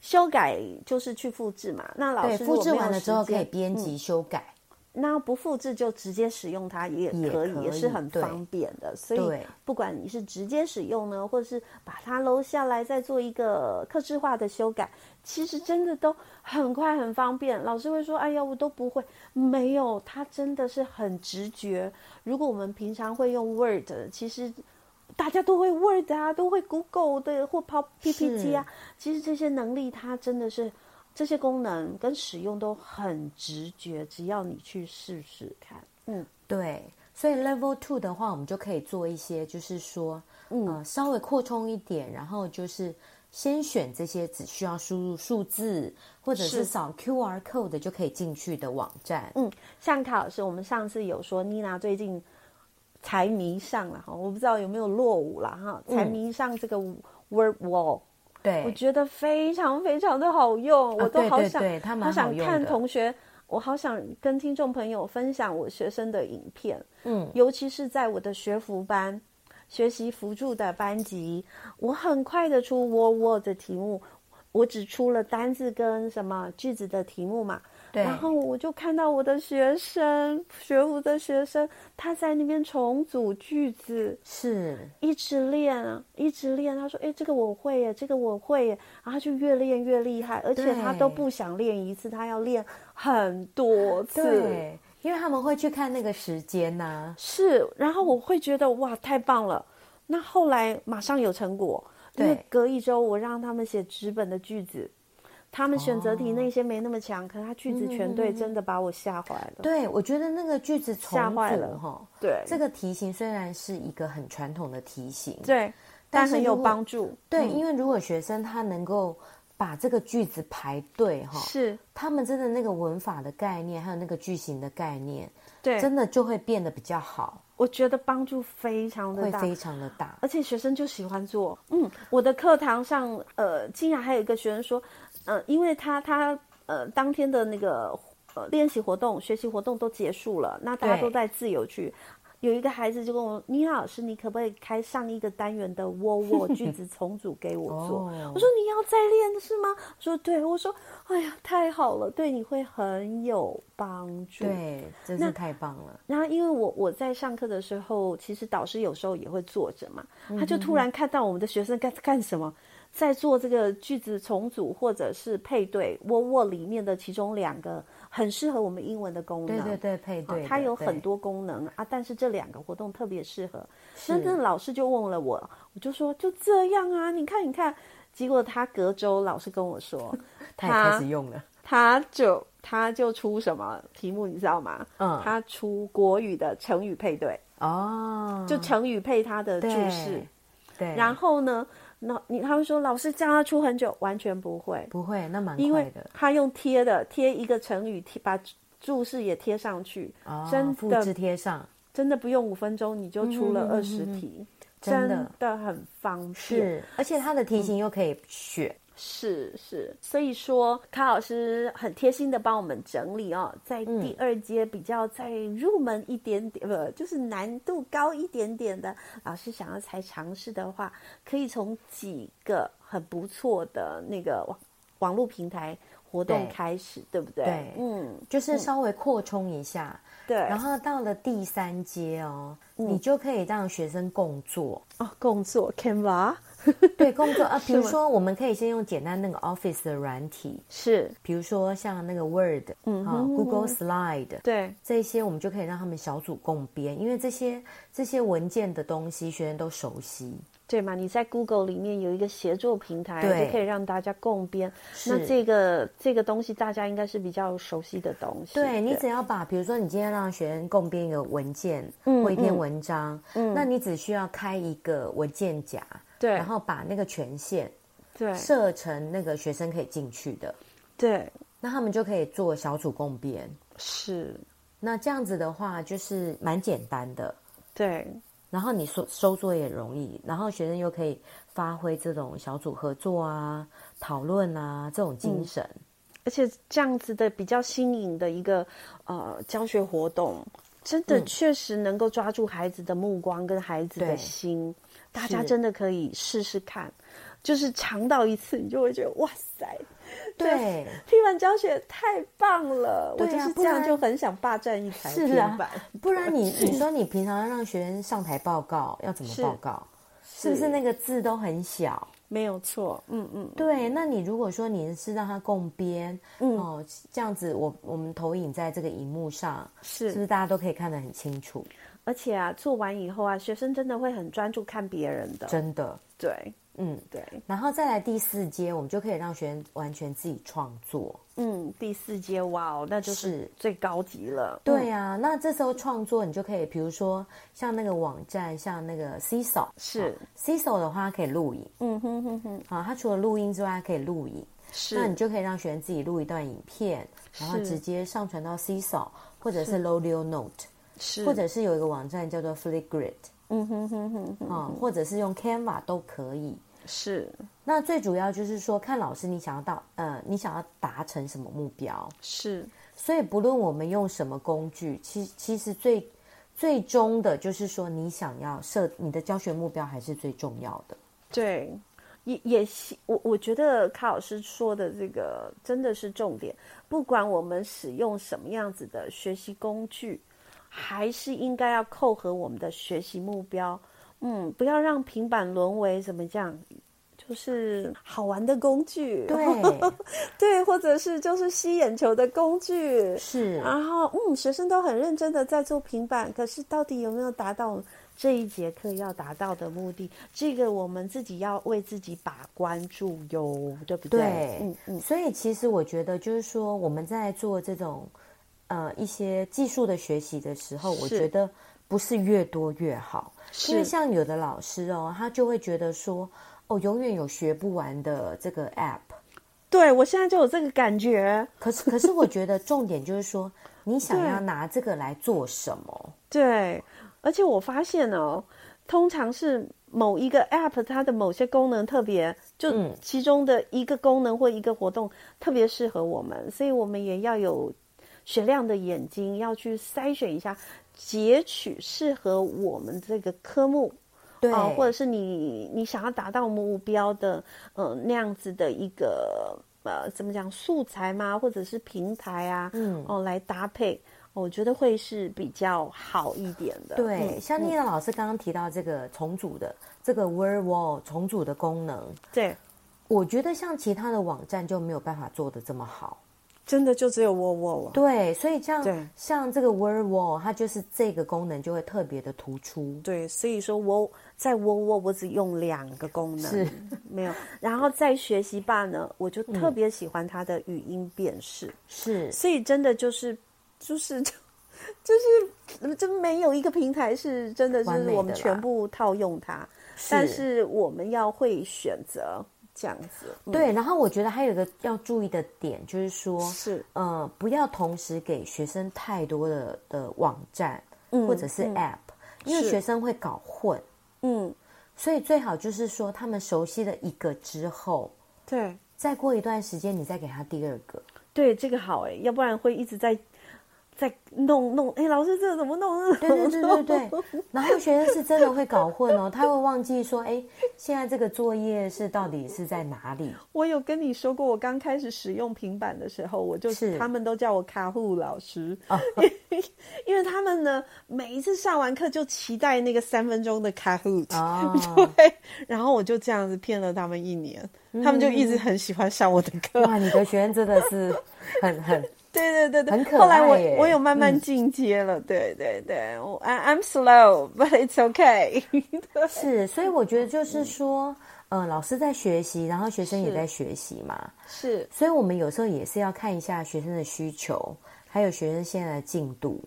[SPEAKER 2] 修改就是去复制嘛。那老
[SPEAKER 1] 对，
[SPEAKER 2] 哦师如果
[SPEAKER 1] 复制
[SPEAKER 2] 没有
[SPEAKER 1] 完了之后
[SPEAKER 2] 时间嗯
[SPEAKER 1] 可以编辑修改。
[SPEAKER 2] 那不复制就直接使用它也
[SPEAKER 1] 也
[SPEAKER 2] 可以，
[SPEAKER 1] 可
[SPEAKER 2] 也是
[SPEAKER 1] 以
[SPEAKER 2] 很
[SPEAKER 1] 对
[SPEAKER 2] 方便的。所以
[SPEAKER 1] 对
[SPEAKER 2] 不管你是直接使用呢，或者是把它搂下来再做一个克制化的修改，其实真的都很快很方便。老师会说：“哎呀，我都不会。”没有，它真的是很直觉。如果我们平常会用 Word，其实。大家都会 Word 啊，都会 Google 的或跑 PPT 啊，其实这些能力它真的是这些功能跟使用都很直觉，只要你去试试看。嗯，
[SPEAKER 1] 对，所以 Level Two 的话，我们就可以做一些，就是说，
[SPEAKER 2] 嗯
[SPEAKER 1] 呃，稍微扩充一点，然后就是先选这些只需要输入数字或者
[SPEAKER 2] 是嗯
[SPEAKER 1] 是扫 QR code 的就可以进去的网站。
[SPEAKER 2] 像卡老师，我们上次有说妮娜最近才迷上了哈，我不知道有没有落伍了哈，才迷上这个 Word Wall，、
[SPEAKER 1] 嗯对，啊
[SPEAKER 2] 我觉得非常非常的好用，我都好想，
[SPEAKER 1] 对对对它蛮
[SPEAKER 2] 好
[SPEAKER 1] 好
[SPEAKER 2] 想
[SPEAKER 1] 用
[SPEAKER 2] 看
[SPEAKER 1] 的
[SPEAKER 2] 同学。我好想跟听众朋友分享我学生的影片，
[SPEAKER 1] 嗯，
[SPEAKER 2] 尤其是在我的学服班、学习辅助的班级，我很快的出 Word Word 的题目，我只出了单字跟什么句子的题目嘛。
[SPEAKER 1] 对
[SPEAKER 2] 然后我就看到我的学生，学服的学生，他在那边重组句子，
[SPEAKER 1] 是，
[SPEAKER 2] 一直练啊，一直练。他说：“哎，这个我会耶，这个我会耶。”然后他就越练越厉害，而且他都不想练一次，他要练很多次。
[SPEAKER 1] 对，因为他们会去看那个时间呐、
[SPEAKER 2] 是，然
[SPEAKER 1] 嗯
[SPEAKER 2] 后我会觉得哇，太棒了。那后来马上有成果，因
[SPEAKER 1] 对
[SPEAKER 2] 为隔一周我让他们写纸本的句子，他们选择题
[SPEAKER 1] 哦嗯
[SPEAKER 2] 那些没那么强，可是他句子全对，真的把我吓坏了。
[SPEAKER 1] 对，我觉得那个句子重
[SPEAKER 2] 吓
[SPEAKER 1] 组
[SPEAKER 2] 坏了
[SPEAKER 1] 哈，
[SPEAKER 2] 对
[SPEAKER 1] 这个题型虽然是一个很传统的题型，
[SPEAKER 2] 对，但
[SPEAKER 1] 但是
[SPEAKER 2] 很有
[SPEAKER 1] 如果
[SPEAKER 2] 帮助。
[SPEAKER 1] 对，
[SPEAKER 2] 嗯
[SPEAKER 1] 因为如果学生他能够把这个句子排对哈，
[SPEAKER 2] 是，
[SPEAKER 1] 他们真的那个文法的概念，还有那个句型的概念，
[SPEAKER 2] 对，
[SPEAKER 1] 真的就会变得比较好，
[SPEAKER 2] 我觉得帮助非常的
[SPEAKER 1] 会
[SPEAKER 2] 大，
[SPEAKER 1] 非常的大。
[SPEAKER 2] 而且学生就喜欢做。嗯，我的课堂上，呃，竟然还有一个学生说，呃，因为他他呃当天的那个呃练习活动、学习活动都结束了，那大家
[SPEAKER 1] 对
[SPEAKER 2] 都在自由区。有一个孩子就跟我说：“倪老师，你可不可以开上一个单元的窝窝句 子重组给我做？”
[SPEAKER 1] 哦
[SPEAKER 2] 我说：“你要再练是吗？”我说：“对。”我说：“哎呀，太好了，对你会很有帮助。”
[SPEAKER 1] 对，真是太棒了。
[SPEAKER 2] 然后因为我我在上课的时候，其实导师有时候也会坐着嘛，
[SPEAKER 1] 嗯
[SPEAKER 2] 他就突然看到我们的学生干干什么，在做这个句子重组或者是配对窝窝里面的其中两个很适合我们英文的功能。
[SPEAKER 1] 对对对，配
[SPEAKER 2] 好
[SPEAKER 1] 对的，
[SPEAKER 2] 它有
[SPEAKER 1] 对
[SPEAKER 2] 很多功能啊，但是这两个活动特别适合。
[SPEAKER 1] 是
[SPEAKER 2] 真正老师就问了我，我就说就这样啊，你看你看。结果他隔周老师跟我说，
[SPEAKER 1] 他也
[SPEAKER 2] 它
[SPEAKER 1] 开始用了。
[SPEAKER 2] 他就他就出什么题目你知道吗？
[SPEAKER 1] 嗯
[SPEAKER 2] 他出国语的成语配对，
[SPEAKER 1] 哦，
[SPEAKER 2] 就成语配它的注
[SPEAKER 1] 对
[SPEAKER 2] 释。，
[SPEAKER 1] 对，
[SPEAKER 2] 然后呢，那你他会说老师叫他出很久，完全不会，
[SPEAKER 1] 不会，那蛮
[SPEAKER 2] 因
[SPEAKER 1] 快
[SPEAKER 2] 为
[SPEAKER 1] 的，
[SPEAKER 2] 他用贴的贴一个成语，贴把注释也贴上去，
[SPEAKER 1] 哦
[SPEAKER 2] 真
[SPEAKER 1] 复
[SPEAKER 2] 的
[SPEAKER 1] 制贴上
[SPEAKER 2] 真的不用五分钟你就出了
[SPEAKER 1] 嗯哼
[SPEAKER 2] 二
[SPEAKER 1] 嗯哼
[SPEAKER 2] 十
[SPEAKER 1] 嗯哼
[SPEAKER 2] 题，
[SPEAKER 1] 真的
[SPEAKER 2] 很方便。
[SPEAKER 1] 是，而且它的题型又可以选，
[SPEAKER 2] 是是，所以说卡老师很贴心的帮我们整理哦，在第二阶比较再入门一点点，呃，就是难度高一点点的，老师想要才尝试的话，可以从几个很不错的那个网网络平台活动
[SPEAKER 1] 对
[SPEAKER 2] 开始，对不对？
[SPEAKER 1] 对
[SPEAKER 2] 嗯，
[SPEAKER 1] 就是稍微扩充一下。
[SPEAKER 2] 对。嗯
[SPEAKER 1] 然后到了第三阶哦，你就可以让学生共 作，
[SPEAKER 2] 哦，工作 Canva
[SPEAKER 1] 对，共作啊，比如
[SPEAKER 2] 吗
[SPEAKER 1] 说我们可以先用简单那个 Office 的软体，
[SPEAKER 2] 是
[SPEAKER 1] 比如说像那个 Word，嗯啊，Google Slide，
[SPEAKER 2] 对
[SPEAKER 1] 这些我们就可以让他们小组共编，因为这些这些文件的东西学生都熟悉。
[SPEAKER 2] 对嘛？你在 Google 里面有一个协作平台，
[SPEAKER 1] 对
[SPEAKER 2] 就可以让大家共编。那
[SPEAKER 1] 是
[SPEAKER 2] 这个这个东西大家应该是比较熟悉的东西。
[SPEAKER 1] 对你只要把，比如说你今天让学生共编一个文件、
[SPEAKER 2] 嗯
[SPEAKER 1] 或一篇文章，那你只需要开一个文件夹，
[SPEAKER 2] 对，
[SPEAKER 1] 然后把那个权限
[SPEAKER 2] 对
[SPEAKER 1] 设成那个学生可以进去的，
[SPEAKER 2] 对
[SPEAKER 1] 那他们就可以做小组共编。
[SPEAKER 2] 是，
[SPEAKER 1] 那这样子的话，就是蛮简单的。
[SPEAKER 2] 对
[SPEAKER 1] 然后你收收作也容易，然后学生又可以发挥这种小组合作啊、讨论啊这种精神。
[SPEAKER 2] 而且这样子的比较新颖的一个呃教学活动，真的确实能够抓住孩子的目光跟孩子的
[SPEAKER 1] 嗯对
[SPEAKER 2] 心，大家
[SPEAKER 1] 是
[SPEAKER 2] 真的可以试试看，就是尝到一次，你就会觉得哇塞，
[SPEAKER 1] 嗯对，
[SPEAKER 2] 平板教学太棒了！我
[SPEAKER 1] 对
[SPEAKER 2] 就
[SPEAKER 1] 啊
[SPEAKER 2] 是
[SPEAKER 1] 不
[SPEAKER 2] 这样
[SPEAKER 1] 然
[SPEAKER 2] 就很想霸占一台
[SPEAKER 1] 是
[SPEAKER 2] 平
[SPEAKER 1] 啊
[SPEAKER 2] 板，
[SPEAKER 1] 不然 你你说你平常让学生上台报告要怎么
[SPEAKER 2] 是
[SPEAKER 1] 报告？是不是那个字都很小？
[SPEAKER 2] 没有错，嗯嗯，
[SPEAKER 1] 对，那你如果说你是让他共编，
[SPEAKER 2] 嗯
[SPEAKER 1] 哦，这样子我我们投影在这个荧幕上，
[SPEAKER 2] 是
[SPEAKER 1] 是不是大家都可以看得很清楚？
[SPEAKER 2] 而且啊，做完以后啊，学生真的会很专注看别人的，
[SPEAKER 1] 真的，
[SPEAKER 2] 对
[SPEAKER 1] 嗯。
[SPEAKER 2] 对，
[SPEAKER 1] 然后再来第四阶，我们就可以让学生完全自己创作。
[SPEAKER 2] 嗯，第四阶哇哦，那就是
[SPEAKER 1] 是
[SPEAKER 2] 最高级了，
[SPEAKER 1] 对啊
[SPEAKER 2] 嗯、
[SPEAKER 1] 呀、那这时候创作你就可以，比如说像那个网站，像那个 c i s o
[SPEAKER 2] 是
[SPEAKER 1] c i s o 的话，它可以录影
[SPEAKER 2] 嗯哼哼哼，
[SPEAKER 1] 啊，它除了录音之外，它可以录影。那
[SPEAKER 2] 是
[SPEAKER 1] 你就可以让学生自己录一段影片，然后
[SPEAKER 2] 是
[SPEAKER 1] 直接上传到 c i s o 或者是 Lodio Note，
[SPEAKER 2] 是
[SPEAKER 1] 或者是有一个网站叫做 Flickr，
[SPEAKER 2] 嗯哼哼哼哼，
[SPEAKER 1] 啊、或者是用 Canva 都可以。
[SPEAKER 2] 是
[SPEAKER 1] 那最主要就是说，看老师你想要到呃，你想要达成什么目标。
[SPEAKER 2] 是
[SPEAKER 1] 所以不论我们用什么工具，其其实最最终的就是说，你想要设你的教学目标还是最重要的。
[SPEAKER 2] 对，也也希我我觉得卡老师说的这个真的是重点。不管我们使用什么样子的学习工具，还是应该要扣合我们的学习目标。嗯，不要让平板沦为怎么讲，就是好玩的工具，
[SPEAKER 1] 对，
[SPEAKER 2] 对，或者是就是吸眼球的工具。
[SPEAKER 1] 是，
[SPEAKER 2] 然后，嗯，学生都很认真的在做平板，可是到底有没有达到这一节课要达到的目的？这个我们自己要为自己把关注哟，对不
[SPEAKER 1] 对，
[SPEAKER 2] 嗯嗯，
[SPEAKER 1] 所以其实我觉得就是说，我们在做这种呃一些技术的学习的时候，我
[SPEAKER 2] 是
[SPEAKER 1] 觉得不是越多越好，因为像有的老师哦，他就会觉得说，哦，永远有学不完的这个 app。
[SPEAKER 2] 对我现在就有这个感觉，
[SPEAKER 1] 可是，可是我觉得重点就是说，你想
[SPEAKER 2] 对
[SPEAKER 1] 要拿这个来做什么？
[SPEAKER 2] 对，而且我发现哦，通常是某一个 app 它的某些功能特别，就
[SPEAKER 1] 嗯
[SPEAKER 2] 其中的一个功能或一个活动特别适合我们，所以我们也要有雪亮的眼睛，要去筛选一下，截取适合我们这个科目。
[SPEAKER 1] 对，
[SPEAKER 2] 啊、或者是你你想要达到目标的，呃，那样子的一个呃，怎么讲素材吗？或者是平台啊，
[SPEAKER 1] 嗯
[SPEAKER 2] 哦，来搭配，我觉得会是比较好一点的。
[SPEAKER 1] 对，
[SPEAKER 2] 嗯
[SPEAKER 1] 像妮娜老师刚刚提到这个重组的这个 Word Wall 重组的功能，
[SPEAKER 2] 对，
[SPEAKER 1] 我觉得像其他的网站就没有办法做的这么好。
[SPEAKER 2] 真的就只有我我我。
[SPEAKER 1] 对，所以像
[SPEAKER 2] 对
[SPEAKER 1] 像这个 Word Wall，它就是这个功能就会特别的突出。
[SPEAKER 2] 对，所以说我在窝窝我只用两个功能，
[SPEAKER 1] 是
[SPEAKER 2] 没有。然后在学习吧呢，我就特别喜欢它的语音辨识，
[SPEAKER 1] 是，
[SPEAKER 2] 所以真的就是就是就就是真没有一个平台是真的
[SPEAKER 1] 完
[SPEAKER 2] 是
[SPEAKER 1] 美
[SPEAKER 2] 我们
[SPEAKER 1] 的啦
[SPEAKER 2] 全部套用它，但是我们要会选择这样子，嗯、
[SPEAKER 1] 对。然后我觉得还有一个要注意的点就是说，
[SPEAKER 2] 是
[SPEAKER 1] 呃，不要同时给学生太多的的网站、或者是 App，、因为
[SPEAKER 2] 嗯是
[SPEAKER 1] 学生会搞混。
[SPEAKER 2] 嗯
[SPEAKER 1] 所以最好就是说，他们熟悉了一个之后，
[SPEAKER 2] 对
[SPEAKER 1] 再过一段时间，你再给他第二个。
[SPEAKER 2] 对这个好哎，要不然会一直在。在弄弄，哎、老师这个怎么弄？
[SPEAKER 1] 对对对对对，然后学生是真的会搞混哦，他会忘记说，哎，现在这个作业是到底是在哪里？
[SPEAKER 2] 我有跟你说过，我刚开始使用平板的时候，我就是他们都叫我卡户老师，
[SPEAKER 1] 哦
[SPEAKER 2] 因为他们呢每一次上完课就期待那个三分钟的卡户，
[SPEAKER 1] 哦
[SPEAKER 2] 对，然后我就这样子骗了他们一年，
[SPEAKER 1] 嗯
[SPEAKER 2] 他们就一直很喜欢上我的课，
[SPEAKER 1] 哇，你的学生真的是很很
[SPEAKER 2] 对对对对，
[SPEAKER 1] 很可爱
[SPEAKER 2] 后来
[SPEAKER 1] 耶嗯
[SPEAKER 2] 我我有慢慢进阶了，对对对，我 I I'm slow but it's okay，
[SPEAKER 1] 是，所以我觉得就是
[SPEAKER 2] 嗯
[SPEAKER 1] 说，呃，老师在学习，然后学生也在学习嘛，
[SPEAKER 2] 是
[SPEAKER 1] 所以我们有时候也是要看一下学生的需求，还有学生现在的进度。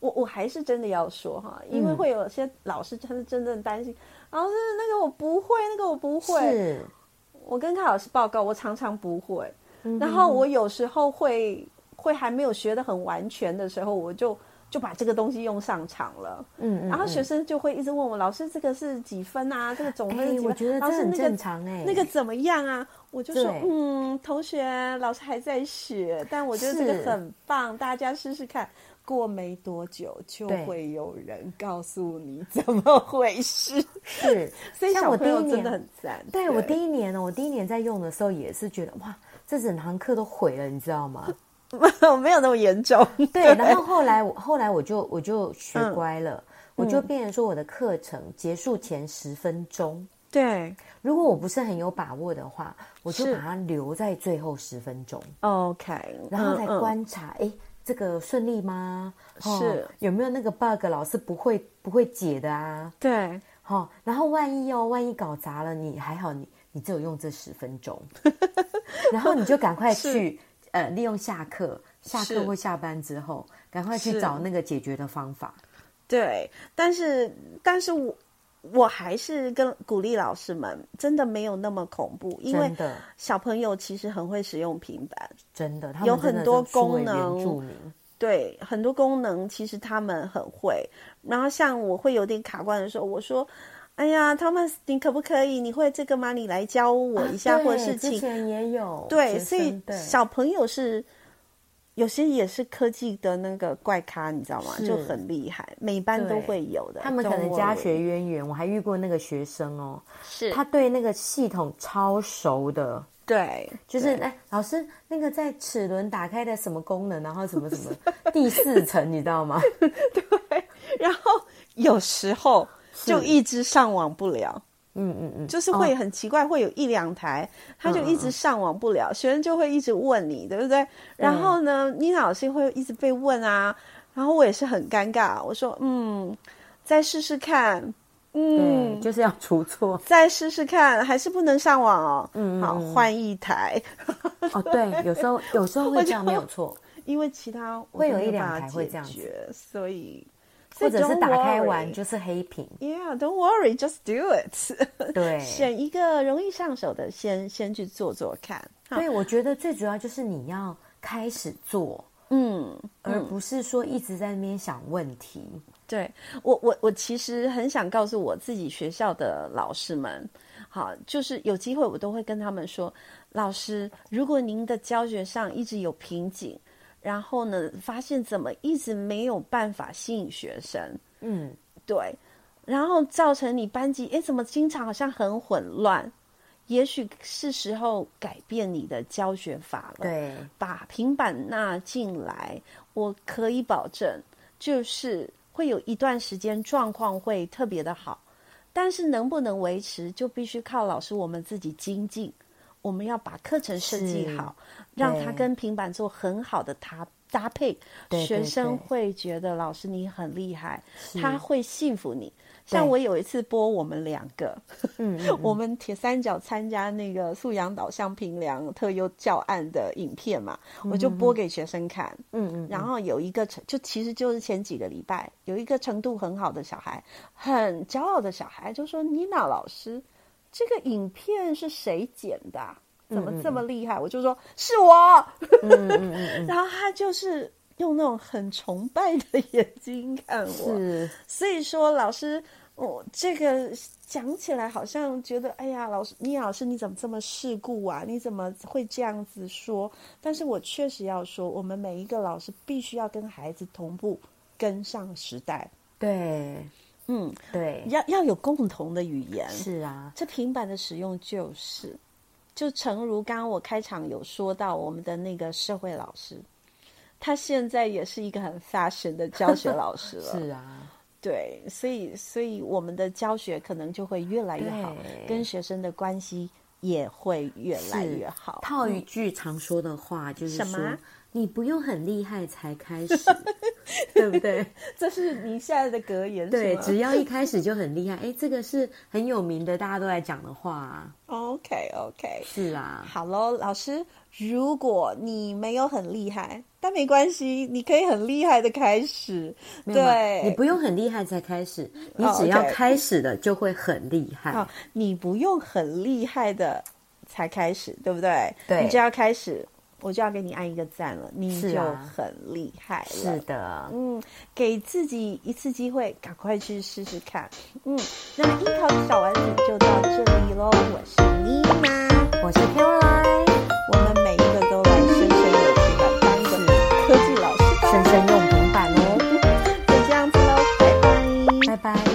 [SPEAKER 2] 我我还是真的要说哈，因为
[SPEAKER 1] 嗯
[SPEAKER 2] 会有些老师他是真正担心，老师那个我不会，那个我不会。
[SPEAKER 1] 是，
[SPEAKER 2] 我跟卡老师报告，我常常不会，
[SPEAKER 1] 嗯
[SPEAKER 2] 然后我有时候会会还没有学得很完全的时候，我就就把这个东西用上场了。
[SPEAKER 1] 嗯嗯，
[SPEAKER 2] 然后学
[SPEAKER 1] 嗯
[SPEAKER 2] 生就会一直问我，老师这个是几分啊？这个总分
[SPEAKER 1] 哎
[SPEAKER 2] 是几
[SPEAKER 1] 我觉
[SPEAKER 2] 分？
[SPEAKER 1] 得
[SPEAKER 2] 老
[SPEAKER 1] 这
[SPEAKER 2] 师
[SPEAKER 1] 很
[SPEAKER 2] 那个
[SPEAKER 1] 正常哎
[SPEAKER 2] 那个怎么样啊？我就说
[SPEAKER 1] 对，
[SPEAKER 2] 嗯，同学，老师还在学，但我觉得这个
[SPEAKER 1] 是
[SPEAKER 2] 很棒，大家试试看。过没多久就
[SPEAKER 1] 对
[SPEAKER 2] 会有人告诉你怎么回事，
[SPEAKER 1] 是，
[SPEAKER 2] 所以
[SPEAKER 1] 像
[SPEAKER 2] 小
[SPEAKER 1] 我
[SPEAKER 2] 朋
[SPEAKER 1] 第一
[SPEAKER 2] 友真
[SPEAKER 1] 年
[SPEAKER 2] 的很赞。
[SPEAKER 1] 对我第一年呢，我第一年在用的时候也是觉得哇，这整堂课都毁了，你知 道吗？
[SPEAKER 2] 我没有那么严重。
[SPEAKER 1] 对，然后后来我后来我就我就学
[SPEAKER 2] 嗯
[SPEAKER 1] 乖了，我就变成说我的课程结束前十分钟，
[SPEAKER 2] 对
[SPEAKER 1] 如果我不是很有把握的话，我就是把它留在最后十分钟，
[SPEAKER 2] ，OK，
[SPEAKER 1] 然后再
[SPEAKER 2] 嗯嗯
[SPEAKER 1] 观察，哎、这个顺利吗？哦
[SPEAKER 2] 是
[SPEAKER 1] 有没有那个 bug 老师不会不会解的啊？
[SPEAKER 2] 对，
[SPEAKER 1] 好、然后万一哦，万一搞砸了，你还好你，你只有用这十分钟， 然后你就赶快去呃，利用下课、下
[SPEAKER 2] 是
[SPEAKER 1] 课或下班之后，赶快去
[SPEAKER 2] 是
[SPEAKER 1] 找那个解决的方法。
[SPEAKER 2] 对，但是但是我我还是跟鼓励老师们，真的没有那么恐怖，因为
[SPEAKER 1] 真的，
[SPEAKER 2] 小朋友其实很会使用平板，
[SPEAKER 1] 真的，他们
[SPEAKER 2] 有
[SPEAKER 1] 真的
[SPEAKER 2] 很多
[SPEAKER 1] 是数位
[SPEAKER 2] 功能
[SPEAKER 1] 原住民，
[SPEAKER 2] 对很多功能其实他们很会。然后像我会有点卡关的时候，我说。哎呀，Thomas，你可不可以？你会这个吗？你来教我一下，
[SPEAKER 1] 啊对
[SPEAKER 2] 或者是
[SPEAKER 1] 之
[SPEAKER 2] 请
[SPEAKER 1] 前也有
[SPEAKER 2] 对，
[SPEAKER 1] 学
[SPEAKER 2] 所以
[SPEAKER 1] 生对
[SPEAKER 2] 小朋友是有些也是科技的那个怪咖，你知道吗？
[SPEAKER 1] 是
[SPEAKER 2] 就很厉害，每班都
[SPEAKER 1] 对
[SPEAKER 2] 会有的。
[SPEAKER 1] 他们可
[SPEAKER 2] don't
[SPEAKER 1] 能家
[SPEAKER 2] worry
[SPEAKER 1] 学渊源，我还遇过那个学生哦，
[SPEAKER 2] 是
[SPEAKER 1] 他对那个系统超熟的，
[SPEAKER 2] 对，
[SPEAKER 1] 就是哎，老师那个在齿轮打开的什么功能，然后什么什么第四层，你知道吗？
[SPEAKER 2] 然后有时候就一直上网不了。
[SPEAKER 1] 嗯嗯嗯，
[SPEAKER 2] 就是会很奇怪，会有一两台，他就一直上网不了，学生就会一直问你，对不对？然
[SPEAKER 1] 嗯
[SPEAKER 2] 后呢，妮娜老师会一直被问啊，然后我也是很尴尬，我说嗯，再试试看，嗯
[SPEAKER 1] 对，，就是要出错
[SPEAKER 2] 再试试看，还是不能上网哦。嗯，好，换一台，
[SPEAKER 1] 哦。对，有时候有时候会这样，
[SPEAKER 2] 我就
[SPEAKER 1] 没有错，
[SPEAKER 2] 因为其他我
[SPEAKER 1] 会
[SPEAKER 2] 都
[SPEAKER 1] 有
[SPEAKER 2] 没
[SPEAKER 1] 一两
[SPEAKER 2] 办法
[SPEAKER 1] 台会
[SPEAKER 2] 解
[SPEAKER 1] 这样子
[SPEAKER 2] 决，所以
[SPEAKER 1] 或者是打开完
[SPEAKER 2] 玩
[SPEAKER 1] 就是黑屏。
[SPEAKER 2] Yeah, don't worry, just do it 。
[SPEAKER 1] 对
[SPEAKER 2] 选一个容易上手的，先先去做做看。哈
[SPEAKER 1] 对，我觉得最主要就是你要开始做，
[SPEAKER 2] 嗯，
[SPEAKER 1] 而不是说一直在那边想问题。
[SPEAKER 2] 对我我我其实很想告诉我自己学校的老师们，好，就是有机会我都会跟他们说，老师，如果您的教学上一直有瓶颈，然后呢，发现怎么一直没有办法吸引学生，
[SPEAKER 1] 嗯，
[SPEAKER 2] 对，然后造成你班级，诶，怎么经常好像很混乱？也许是时候改变你的教学法了，
[SPEAKER 1] 对，
[SPEAKER 2] 把平板纳进来，我可以保证，就是会有一段时间状况会特别的好，但是能不能维持，就必须靠老师我们自己精进。我们要把课程设计
[SPEAKER 1] 是
[SPEAKER 2] 好，让它
[SPEAKER 1] 对
[SPEAKER 2] 跟平板做很好的搭搭配，
[SPEAKER 1] 对
[SPEAKER 2] 学
[SPEAKER 1] 对
[SPEAKER 2] 生
[SPEAKER 1] 对
[SPEAKER 2] 会觉得老师你很厉害，他会信服你。像
[SPEAKER 1] 对
[SPEAKER 2] 我有一次播我们两个，
[SPEAKER 1] 嗯 嗯
[SPEAKER 2] 我们铁三角参加那个素养导向平凉特优教案的影片嘛，我就播给学生看。
[SPEAKER 1] 嗯嗯，
[SPEAKER 2] 然后有一个成，就其实就是前几个礼拜，有一个程度很好的小孩，很骄傲的小孩，就说：“妮娜老师，这个影片是谁剪的啊、
[SPEAKER 1] 嗯
[SPEAKER 2] 怎么这么厉害？”我就说：“是我。
[SPEAKER 1] 嗯
[SPEAKER 2] 然后他就是用那种很崇拜的眼睛看我，
[SPEAKER 1] 是
[SPEAKER 2] 所以说，老师，我、这个讲起来好像觉得，哎呀，老师，你老师你怎么这么世故啊？你怎么会这样子说？但是我确实要说，我们每一个老师必须要跟孩子同步跟上时代，
[SPEAKER 1] 对
[SPEAKER 2] 嗯，
[SPEAKER 1] 对，
[SPEAKER 2] 要要有共同的语言。
[SPEAKER 1] 是啊，
[SPEAKER 2] 这平板的使用就是，就诚如刚刚我开场有说到，我们的那个社会老师，他现在也是一个很 fashion 的教学老师了，
[SPEAKER 1] 是啊，
[SPEAKER 2] 对，所以所以我们的教学可能就会越来越好，
[SPEAKER 1] 对
[SPEAKER 2] 跟学生的关系也会越来
[SPEAKER 1] 是
[SPEAKER 2] 越好。
[SPEAKER 1] 套一句常说的话就是
[SPEAKER 2] 什么
[SPEAKER 1] 说，你不用很厉害才开始， 对不对？
[SPEAKER 2] 这 是你现在的格言
[SPEAKER 1] 对
[SPEAKER 2] 是，吗
[SPEAKER 1] 只要一开始就很厉害，哎，这个是很有名的，大家都在讲的话啊，
[SPEAKER 2] ？OK OK，
[SPEAKER 1] 是啊，
[SPEAKER 2] 好喽，老师，如果你没有很厉害，但没关系，你可以很厉害的开始。
[SPEAKER 1] 没有
[SPEAKER 2] 对，
[SPEAKER 1] 你不用很厉害才开始，你
[SPEAKER 2] 哦
[SPEAKER 1] 只要
[SPEAKER 2] ，OK
[SPEAKER 1] 开始了就会很厉害。
[SPEAKER 2] 好，哦你不用很厉害的才开始，对不对？
[SPEAKER 1] 对
[SPEAKER 2] 你只要开始，我就要给你按一个赞了，你
[SPEAKER 1] 是
[SPEAKER 2] 就
[SPEAKER 1] 啊
[SPEAKER 2] 很厉害了。
[SPEAKER 1] 是的，
[SPEAKER 2] 嗯，给自己一次机会，赶快去试试看。嗯，那樱桃小丸子就到这里喽，我是妮娜，
[SPEAKER 1] 我是 Caroline，
[SPEAKER 2] 我们每一个都来深深有平板当个科技老师吧，
[SPEAKER 1] 深深用平板哦，
[SPEAKER 2] 就这样子喽，拜拜
[SPEAKER 1] 拜拜。